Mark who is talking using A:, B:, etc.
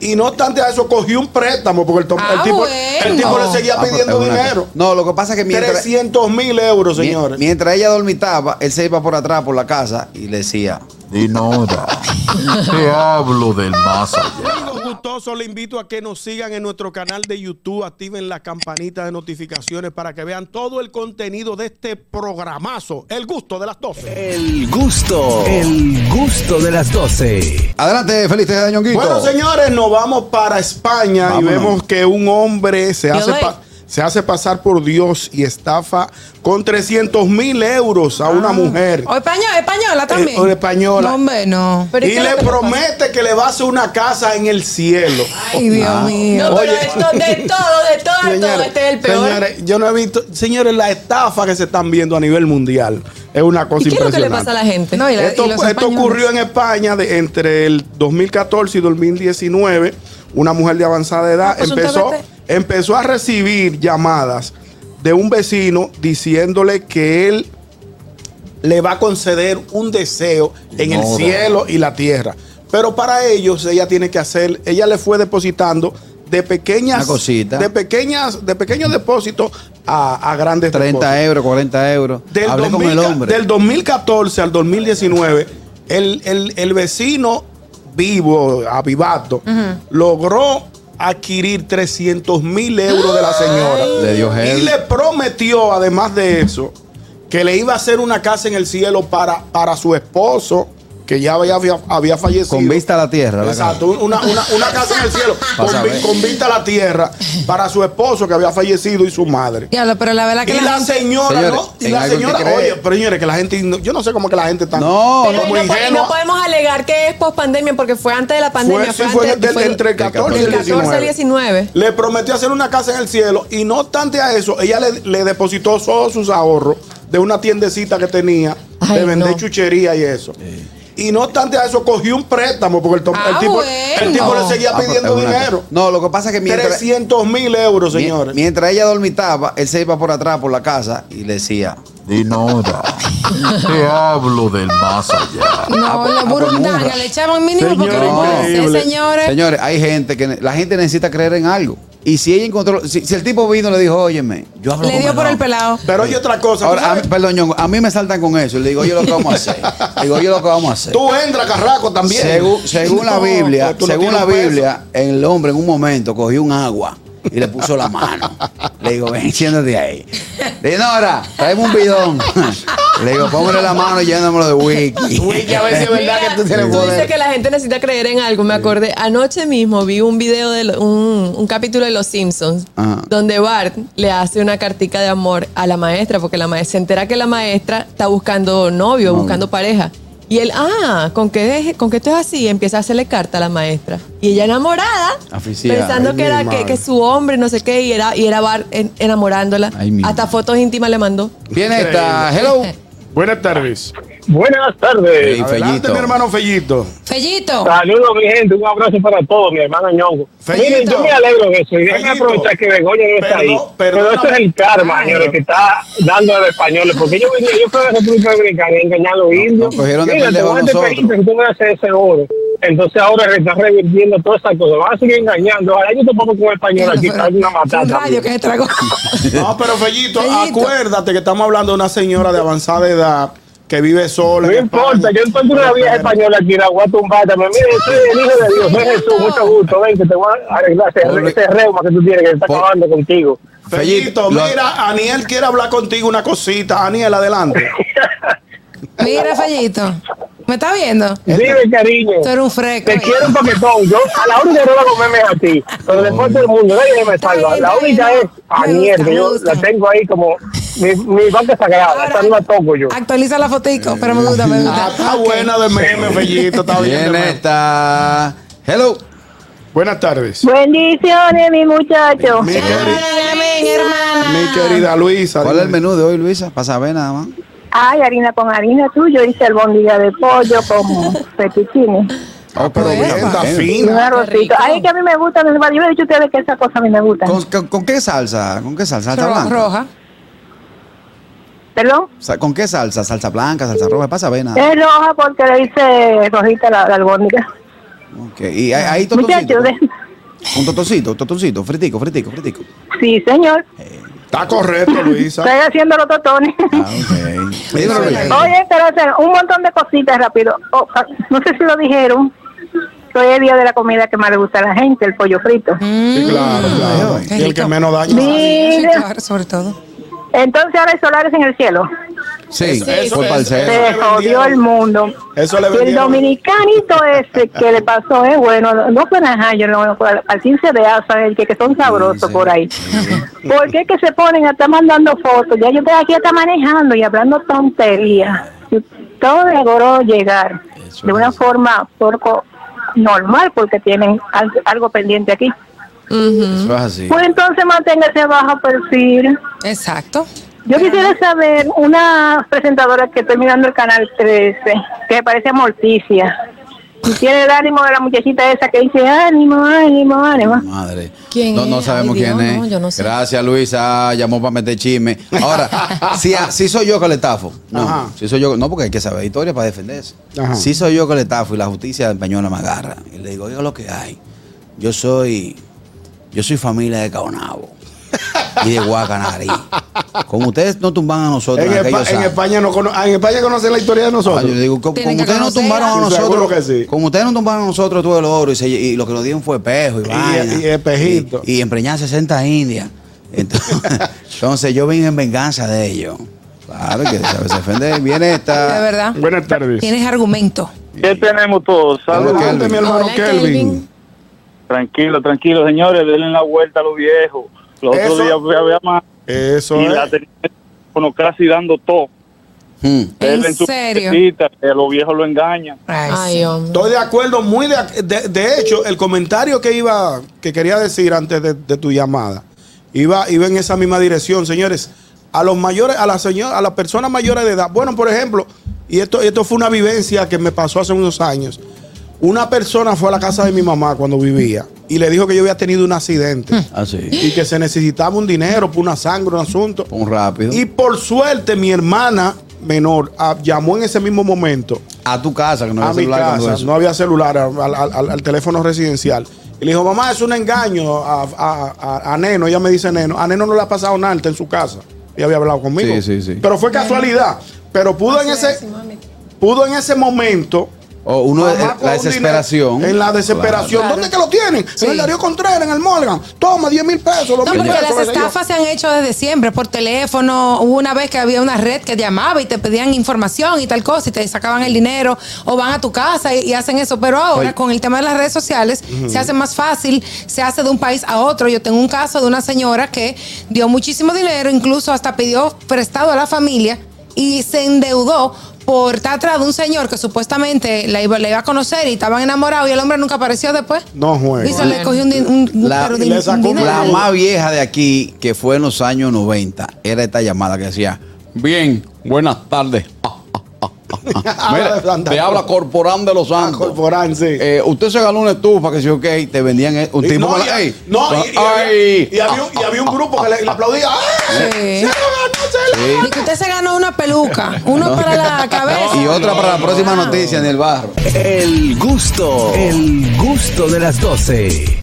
A: Y no obstante a eso, cogió un préstamo porque el, to-
B: Ah,
A: el tipo, el
B: bueno.
A: tipo le seguía
C: Ah, pues,
A: pidiendo
C: es una-
A: dinero.
C: No, lo que pasa es que mientras,
A: 300 mil euros,
C: mien-
A: señores.
C: mientras ella dormitaba, él se iba por atrás, por la casa, y le decía,
D: Dinora, te hablo del más allá.
A: Amigos gustosos, les invito a que nos sigan en nuestro canal de YouTube, activen la campanita de notificaciones para que vean todo el contenido de este programazo, El Gusto de las 12.
E: El gusto, el gusto de las 12.
C: adelante, feliz de Ñonguito.
A: Bueno, señores, nos vamos para España
C: Vámonos.
A: y vemos que un hombre se hace,
B: doy.
A: pa- se hace pasar por Dios y estafa con 300 mil euros a
B: Ah.
A: una mujer.
B: O española, española también.
A: Eh, o española.
B: No, hombre, no.
A: Y le promete que le va a hacer una casa en el cielo.
B: Ay, Dios mío.
F: No, pero
A: Ah. Oye.
F: esto, de todo, de todo, de todo,
A: Señores,
F: este es el peor.
A: señores, yo no he visto, señores, la estafa que se están viendo a nivel mundial es una cosa
F: ¿Y qué es lo
A: impresionante.
F: que le pasa a la gente?
B: No, y la-
A: esto,
B: y los
A: esto
B: españoles.
A: ocurrió en España de- entre el 2014 y 2019. Una mujer de avanzada edad
B: Ah, pues un
A: empezó,
B: TBT.
A: empezó a recibir llamadas de un vecino diciéndole que él le va a conceder un deseo en el
D: Ahora.
A: cielo y la tierra. Pero para ellos ella tiene que hacer, ella le fue depositando de pequeñas
C: Una cosita.
A: de pequeñas de pequeños depósitos a, a grandes
C: 30
A: depósitos.
C: euros, 40 euros.
A: Del,
C: Hablé
A: 2000
C: con el hombre.
A: del 2014 al 2019, el, el- el vecino vivo, avivato, logró adquirir 300 mil euros de la señora.
C: Le dio
A: y
C: heavy.
A: le prometió, además de eso, que le iba a hacer una casa en el cielo para, para su esposo, que ya había, había fallecido.
C: Con vista a la tierra. la
A: Exacto, una, una- una casa en el cielo, con,
C: Pasa a
A: vi-
C: ver.
A: con vista a la tierra, para su esposo que había fallecido y su madre.
B: Diablo, pero la verdad que
A: Y la
B: gente-
A: señora,
C: Señores,
A: ¿no? Y
C: en
A: la
C: algo
A: señora,
C: que cree.
A: oye, pero señores, que la gente, no- yo no sé cómo que la gente está
C: No,
F: Pero y
A: como
F: no, po- y no
A: ingenua.
F: podemos alegar que es post pandemia porque fue antes de la
A: Fue,
F: pandemia.
A: sí,
F: fue
A: fue
F: antes-
A: del-
F: fue
A: entre el
C: del
A: 14 y el
F: 14
A: 19.
F: al 19.
A: Le prometió hacer una casa en el cielo y no obstante a eso, ella le, le depositó todos sus ahorros de una tiendecita que tenía
F: Ay,
A: de vender
F: no.
A: chuchería y eso. Y no obstante a eso, cogió un préstamo porque el, to-
B: Ah,
A: el tipo, el
B: bueno.
A: tipo le seguía
C: Ah, pues,
A: pidiendo
C: es una-
A: dinero.
C: No, lo que pasa es que mientras,
A: 300 mil euros,
C: mien-
A: señores.
C: mientras ella dormitaba, él se iba por atrás, por la casa, y le decía,
D: Dinora, te hablo del más allá.
B: No, la burundanga, le echaban mínimo porque
A: Ah, pues, Señor,
B: no puede ser,
A: increíble.
B: señores.
C: Señores, hay gente que ne- la gente necesita creer en algo. Y si ella encontró, si, si el tipo vino y le dijo, óyeme, yo hablo
B: Le
C: con
B: dio por el pelado.
A: Pero hay otra cosa. ¿tú
C: Ahora, a
A: sabes?
C: mí- perdón, Ñongo, a mí me saltan con eso. Y le digo, oye, lo que vamos a hacer. Le digo, oye, lo que vamos a hacer.
A: Tú entras, carraco, también.
C: Según, según la
A: No,
C: Biblia,
A: pues tú no
C: según
A: tienes
C: la
A: un peso.
C: Biblia, el hombre en un momento cogió un agua y le puso la mano. Le digo, ven, siéntate ahí. Le digo, Nora, tráeme un bidón. Le digo, póngale la mano y llénamelo de wiki.
A: Wiki, a ver si es verdad que tú tienes
F: Tú dices
A: poder.
F: que la gente necesita creer en algo. Me acordé, anoche mismo vi un video de lo- un, un capítulo de Los Simpsons
A: Ah.
C: Ajá.
F: donde Bart le hace una cartica de amor a la maestra porque la maestra se entera que la maestra está buscando novio, buscando pareja. Y él, ah, ¿con qué, con qué esto es así? Empieza a hacerle carta a la maestra. Y ella enamorada,
C: Aficiada.
F: pensando
A: Ay,
F: que
A: mi
F: era
A: madre.
F: que, que su hombre, no sé qué, y era, y era Bart en- enamorándola.
C: Ay, mi
F: Hasta
C: madre.
F: fotos íntimas le mandó.
C: Viene esta, hello.
A: Buenas tardes.
G: Buenas tardes.
C: Hey,
A: Adelante,
C: Fellito.
A: mi hermano Fellito.
B: Fellito.
G: Saludos, mi gente. Un abrazo para todos, mi hermano Ñongo.
A: Fellito.
G: Miren, yo me alegro de eso. Y déjenme
A: Fellito.
G: aprovechar que Begoña no está
A: Perdón,
G: ahí.
A: perdóname.
G: Pero eso es el karma,
A: Ay.
G: señores, que está dando a los españoles. Porque yo vine, yo fui a la República Dominicana y engañé a los indios.
C: nos cogieron de
G: Mira, te
C: pendejo
G: voy a
C: nosotros.
G: pedir que tú me haces ese oro. Entonces ahora se está revirtiendo todas esas cosas. Van a seguir engañando. Ahora yo tampoco con español aquí, está una
B: Fue un
G: matata.
B: radio que se tragó.
A: No, pero Fellito,
B: Fellito.
A: acuérdate que estamos hablando de una señora de avanzada edad que vive sola.
G: No
A: en
G: importa,
A: España.
G: yo encuentro una vieja
A: Pero-
G: española aquí, la voy a tumbar también. Mire, yo soy el hijo de Dios, soy Jesús, mucho gusto. Ven, que te voy a arreglar
C: Pobre-
G: ese, ese reuma que tú tienes, que está
C: Po-
G: acabando contigo.
A: Fellito,
C: Fellito, lo-
A: mira, Aniel quiere hablar contigo una cosita. Aniel, adelante.
B: Mira, Fellito. ¿Me estás viendo?
G: Vive, cariño.
B: Tú eres un fresco.
G: Te quiero un paquetón. Yo a la única que no la comerme es a ti, pero después todo el mundo, nadie me
B: Está
G: salva.
B: bien,
G: La
B: está
G: única
B: bien.
G: es a
B: Me
G: Nier,
B: gusta,
G: que yo
B: me gusta.
G: la tengo ahí como mi, mi banca sagrada, esa no la toco yo.
B: Actualiza la
C: Eh,
B: fotico, pero me gusta, me
A: Ah,
B: gusta.
A: está buena de meme, Fellito. Está bien. de
C: Viene
A: meme.
C: esta, hello.
A: Buenas tardes.
H: Bendiciones, mi muchacho.
A: Mi, queri-
B: Amén, hermana.
G: eh,
A: mi querida Luisa.
C: ¿Cuál es el
A: dime.
C: menú de hoy, Luisa? Para saber nada más.
H: Ay, harina con harina tuyo. Hice albondilla de pollo con fettuccine
C: Oh,
A: Ah, Pero bien,
C: bien,
A: está
C: bien.
H: y un
A: fina.
H: arrocito. Ay, que a mí me gusta. Yo me he dicho a ustedes que esa cosa a mí me gusta.
C: ¿Con, con- con qué salsa? ¿Con qué salsa? ¿Salsa
B: Ro-
C: blanca?
B: roja.
H: ¿Perdón?
C: Sa- ¿Con qué salsa? Ah.
H: Eh,
C: ¿Salsa blanca? ¿Salsa roja? Para saber nada.
H: Es roja porque le hice rojita la, la albóndiga.
C: Ok, Y hay, hay totoncito.
H: Muchachos, de-
C: Un totoncito, totoncito, fritico, fritico, fritico.
H: sí, señor.
A: Está correcto, Luisa.
H: Estoy haciendo los totones.
C: Ah, ok.
A: Dímelo, Luis.
H: Oye, pero o sea, un montón de cositas rápido. Oh, ah, no sé si lo dijeron. Soy el día de la comida que más le gusta a la gente, el pollo frito.
A: Sí, claro, claro.
B: Qué
A: Y el
B: rico.
A: que menos daño.
B: Sí,
H: Mira,
B: claro, sobre todo.
H: entonces ahora hay solares en el cielo.
C: Sí,
A: eso
C: por
A: es-
C: parcero.
H: Se
A: le
H: jodió
A: vendieron.
H: el mundo.
A: Eso le
H: Y el
A: vendieron.
H: dominicanito ese que le pasó, es bueno, no fue ajá, yo no, al 15 de asa, el que, que son sabrosos
C: Sí, sí.
H: por ahí. ¿Por qué que se ponen a estar mandando fotos? Ya yo estoy aquí hasta manejando y hablando tonterías. Y Todo logró llegar
C: Eso
H: de una
C: es.
H: forma poco normal porque tienen al- algo pendiente aquí.
C: Eso es así.
H: Pues entonces manténgase bajo perfil.
B: Exacto.
H: Yo quisiera saber una presentadora que estoy mirando el canal 13, que me parece a Morticia. Y tiene el ánimo de la muchachita esa que dice ánimo, ánimo, ánimo.
C: Madre.
F: ¿Quién
C: no, no
F: es?
C: sabemos
F: Ay, Dios,
C: quién es.
F: no, yo no sé.
C: Gracias, Luisa. Ah, Llamó para meter chisme. Ahora, si, si soy yo que le estafo. No,
A: Ajá.
C: si soy yo, no, porque hay que saber historia para defenderse.
A: Ajá.
C: Si soy yo que le estafo y la justicia de Peñuela me agarra. Y le digo, oiga lo que hay. Yo soy, yo soy familia de Caonabo y de Guacanarí. Como ustedes no tumban a nosotros
A: En,
C: en
A: Espa-
C: aquellos
A: en
C: años.
A: España no cono- ah, en España conocen la historia de
C: Ah,
A: nosotros.
C: yo digo, co- como,
B: Tienen que
C: ustedes no
B: conocer.
C: tumbaron a
A: Sí,
C: nosotros,
A: seguro que sí.
C: como ustedes no tumbaron a nosotros todo el oro y, se- y lo que nos dieron fue espejo y,
A: Y-
C: vaina.
A: y espejito.
C: Y, y empreñar 60 indias. Entonces, entonces yo vine en venganza de ellos. Claro, que sabes defender. Viene
B: De
C: esta.
B: verdad.
A: Buenas tardes.
B: Tienes argumento.
I: ¿Qué tenemos todos? Saludos.
C: Kelvin.
A: Adelante, mi hermano
F: Hola,
A: Kelvin.
F: Kelvin.
I: Tranquilo, tranquilo, señores, denle la vuelta a los viejos. Los
A: Eso.
I: otros días fui a ver a Ma-
A: Eso
I: y la
A: es.
I: tenía bueno, casi dando todo.
C: Hmm.
I: Él
B: ¿En
I: en su
B: serio?
I: casita, que a los viejos lo engañan.
B: Ay,
F: Ay,
B: sí.
F: hombre.
A: Estoy de acuerdo, muy de, ac- de, de hecho, el comentario que iba, que quería decir antes de, de tu llamada, iba, iba en esa misma dirección, señores. A los mayores, a las señor- a las personas mayores de edad. Bueno, por ejemplo, y esto, esto fue una vivencia que me pasó hace unos años. Una persona fue a la casa de mi mamá cuando vivía y le dijo que yo había tenido un accidente
F: Mm.
C: Así.
A: y que se necesitaba un dinero por una sangre, un asunto.
C: Un rápido.
A: Y por suerte, mi hermana menor ah, llamó en ese mismo momento
C: a tu casa, que no
A: a
C: había
A: mi
C: celular cuando
A: casa,
C: eso.
A: no había celular, al, al- al- al teléfono residencial. Y le dijo, mamá, es un engaño a, a- a- a Neno, ella me dice Neno. A Neno no le ha pasado nada, él está en su casa. Y había hablado conmigo.
C: Sí, sí, sí.
A: Pero fue casualidad. Pero pudo en ese, pudo en ese momento.
C: O Oh, uno de,
A: mamá con
C: la
A: un
C: desesperación.
A: dinero- En la desesperación.
F: Claro.
A: ¿Dónde es que lo tienen?
F: Sí.
A: En el Darío Contreras, en el Morgan. Toma 10 mil pesos. los
B: No,
A: mil
B: porque
A: pesos,
B: las
A: qué sé yo.
B: estafas se han hecho desde siempre, por teléfono. Hubo una vez que había una red que llamaba y te pedían información y tal cosa y te sacaban el dinero o van a tu casa y, y hacen eso. Pero ahora
C: Oye.
B: con el tema de las redes sociales se hace más fácil, se hace de un país a otro. Yo tengo un caso de una señora que dio muchísimo dinero, incluso hasta pidió prestado a la familia y se endeudó por estar atrás de un señor que supuestamente la iba, la iba a conocer y estaban enamorados y el hombre nunca apareció después.
A: No juego.
B: Y se le cogió un, din- un- un-
C: La-
B: pero
A: y le sacó
B: dinero.
C: La más vieja de aquí, que fue en los años 90, era esta llamada que decía, bien, buenas tardes. Mira, te habla Corporán de los Santos.
A: Ah, Corporán, sí.
C: Eh, usted se ganó una estufa que si ok, te vendían eh, un
A: Y
C: tipo
A: no,
C: con
A: y-
C: la- ey,
A: no, y- y había-
C: ay.
A: y había un- y había un grupo que le, le aplaudía. ¡Ay!
B: Sí.
A: ¡Se lo ganó, se lo
C: Sí.
B: Y que usted se ganó una peluca, uno para la cabeza.
C: Y otra para la próxima
B: Ah.
C: noticia en el barro.
E: El gusto, el gusto de las 12.